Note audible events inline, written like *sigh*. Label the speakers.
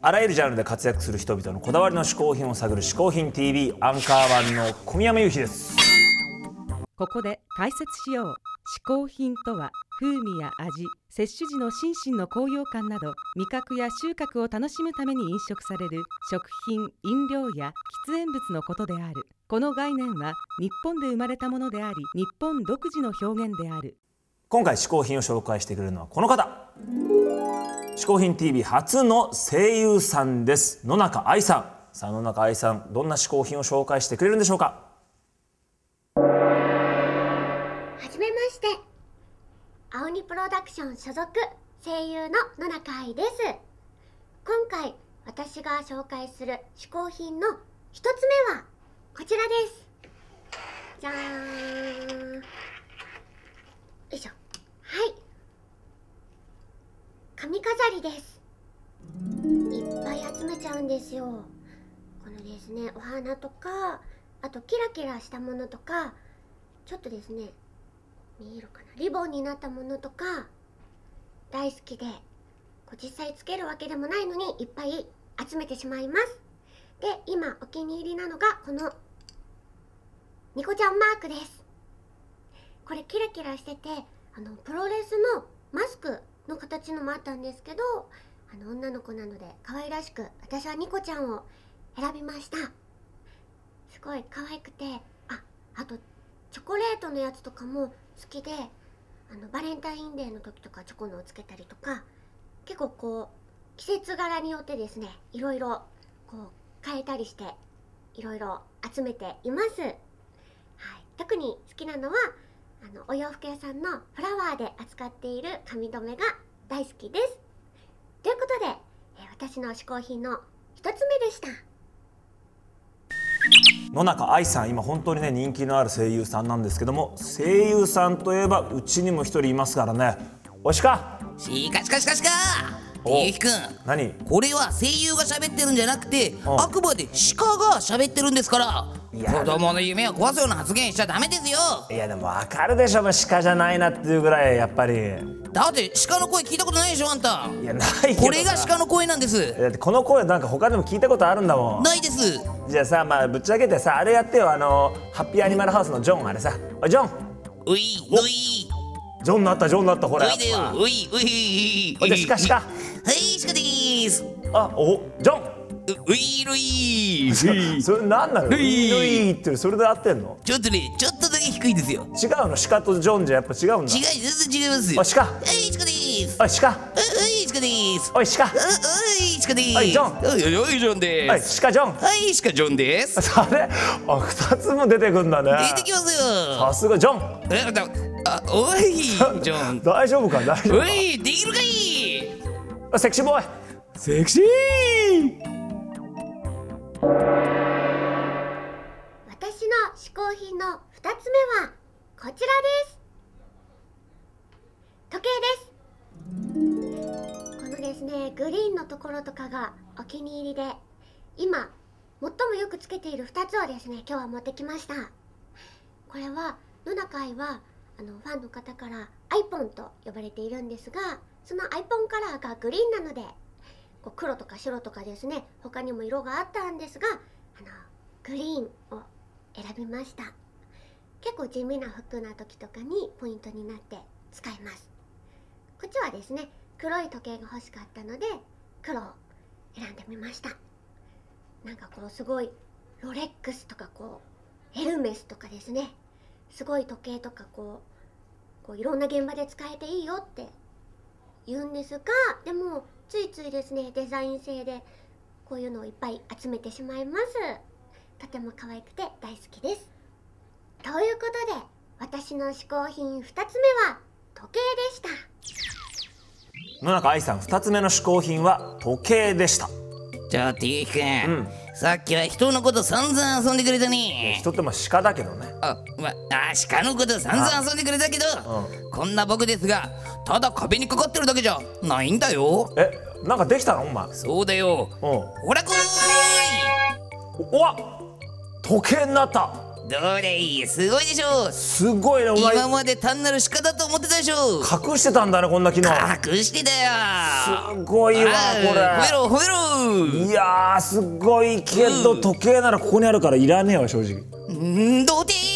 Speaker 1: あらゆるジャンルで活躍する人々のこだわりの嗜好品を探る「嗜好品 TV」アンカー版の小宮山雄飛です
Speaker 2: ここで解説しよう嗜好品とは風味や味摂取時の心身の高揚感など味覚や収穫を楽しむために飲食される食品飲料や喫煙物のことであるこの概念は日本で生まれたものであり日本独自の表現である
Speaker 1: 今回嗜好品を紹介してくれるのはこの方嗜好品 TV 初の声優さんです野中愛さんさあ野中愛さんどんな嗜好品を紹介してくれるんでしょうか
Speaker 3: はじめまして青鬼プロダクション所属声優の野中愛です今回私が紹介する嗜好品の一つ目はこちらですじゃーんよいしょはい髪飾りですいっぱい集めちゃうんですよこのですねお花とかあとキラキラしたものとかちょっとですね見えるかなリボンになったものとか大好きでこう実際つけるわけでもないのにいっぱい集めてしまいますで今お気に入りなのがこのニコちゃんマークですこれキラキラしててあのプロレスのマスクの形のもあったんですけどあの女の子なので可愛らしく私はニコちゃんを選びましたすごい可愛くてああとチョコレートのやつとかも好きであのバレンタインデーの時とかチョコのをつけたりとか結構こう季節柄によってですねいろいろこう変えたりしていろいろ集めています、はい、特に好きなのはあのお洋服屋さんのフラワーで扱っている髪留めが大好きですということで、えー私の嗜好品の一つ目でした
Speaker 1: 野中愛さん今本当にね人気のある声優さんなんですけども声優さんといえばうちにも一人いますからねおしか
Speaker 4: しかしかしかしか
Speaker 1: お
Speaker 4: ゆうひくん
Speaker 1: 何
Speaker 4: これは声優が喋ってるんじゃなくて
Speaker 1: うん
Speaker 4: あくまで鹿が喋ってるんですから
Speaker 1: いや
Speaker 4: 子供の夢を壊すような発言しちゃダメですよ
Speaker 1: いやでもわかるでしょもう鹿じゃないなっていうぐらいやっぱりい
Speaker 4: だって鹿の声聞いたことないでしょあんた
Speaker 1: やないけど
Speaker 4: これが
Speaker 1: さ
Speaker 4: 鹿の声なんです
Speaker 1: だってこの声なんか他でも聞いたことあるんだもん
Speaker 4: ないです
Speaker 1: じゃあさまあぶっちゃけてさあれやってよあのハッピーアニマルハウスのジョンあれさおいジョン
Speaker 4: ういうい
Speaker 1: ジョンなったジョンなったほら
Speaker 4: ういだ
Speaker 1: やっ
Speaker 4: よういうい
Speaker 1: ぱおいじゃあ鹿
Speaker 4: は
Speaker 1: 鹿
Speaker 4: い鹿でーす
Speaker 1: あおジョン
Speaker 4: ういるいー
Speaker 1: それなんなの
Speaker 4: ルイ
Speaker 1: ルイってそれで合ってんの
Speaker 4: ちょっとねちょっとだけ低いですよ
Speaker 1: 違うの鹿とジョンじゃやっぱ違うんだ
Speaker 4: 違い全然違いますよ
Speaker 1: おい鹿
Speaker 4: はい鹿でーす
Speaker 1: おい鹿
Speaker 4: ううい鹿でーす
Speaker 1: おい鹿
Speaker 4: あはい、シカです。
Speaker 1: はいジョン
Speaker 4: はい、はいジョンで
Speaker 1: おい
Speaker 4: す。
Speaker 1: 鹿ジョン
Speaker 4: はい、シカジョンです。
Speaker 1: あれあ二つも出てくんだね
Speaker 4: 出てきますよ。
Speaker 1: さすがジョン
Speaker 4: えだあ、おい、ジ
Speaker 1: *laughs*
Speaker 4: ョン。
Speaker 1: 大丈夫か大丈
Speaker 4: おい、できるかい。
Speaker 1: 夫かセクシーボーイ
Speaker 4: セクシー。
Speaker 3: 私の嗜好品の2つ目はこちらです時計ですこのですねグリーンのところとかがお気に入りで今最もよくつけている2つをですね今日は持ってきましたこれは野中愛はあのファンの方からアイポンと呼ばれているんですがそのアイポンカラーがグリーンなのでこう黒とか白とかですね他にも色があったんですがあのグリーンを選びました結構地味な服な時とかにポイントになって使いますこっちはですね黒い時計が欲しかったので黒を選んでみましたなんかこうすごいロレックスとかこうヘルメスとかですねすごい時計とかこうこういろんな現場で使えていいよって言うんですがでもついついですねデザイン性でこういうのをいっぱい集めてしまいますとても可愛くて大好きですということで私の嗜好品2つ目は時計でした
Speaker 1: 野中愛さん二つ目の嗜好品は時計でした
Speaker 4: ちょっとゆうひく
Speaker 1: うん
Speaker 4: ん。さっきは人のこと散々遊んでくれたね。
Speaker 1: 人ってまあ鹿だけどね
Speaker 4: あ、まあ、鹿のこと散々遊んでくれたけど
Speaker 1: う、
Speaker 4: こんな僕ですが、ただ壁にかかってるだけじゃないんだよ。
Speaker 1: えなんかできたのお前
Speaker 4: そうだよ。
Speaker 1: う
Speaker 4: ほらこーい。
Speaker 1: んおわ時計になった
Speaker 4: だどれいいすごいでしょ
Speaker 1: すごいねお前
Speaker 4: 今まで単なる鹿だと思ってたでしょ
Speaker 1: 隠してたんだねこんな機能
Speaker 4: 隠してたよ
Speaker 1: すごいわこれ
Speaker 4: あー褒めろ褒めろ
Speaker 1: いやーすごいけど時計ならここにあるからいらねえわ正直
Speaker 4: うんどうてー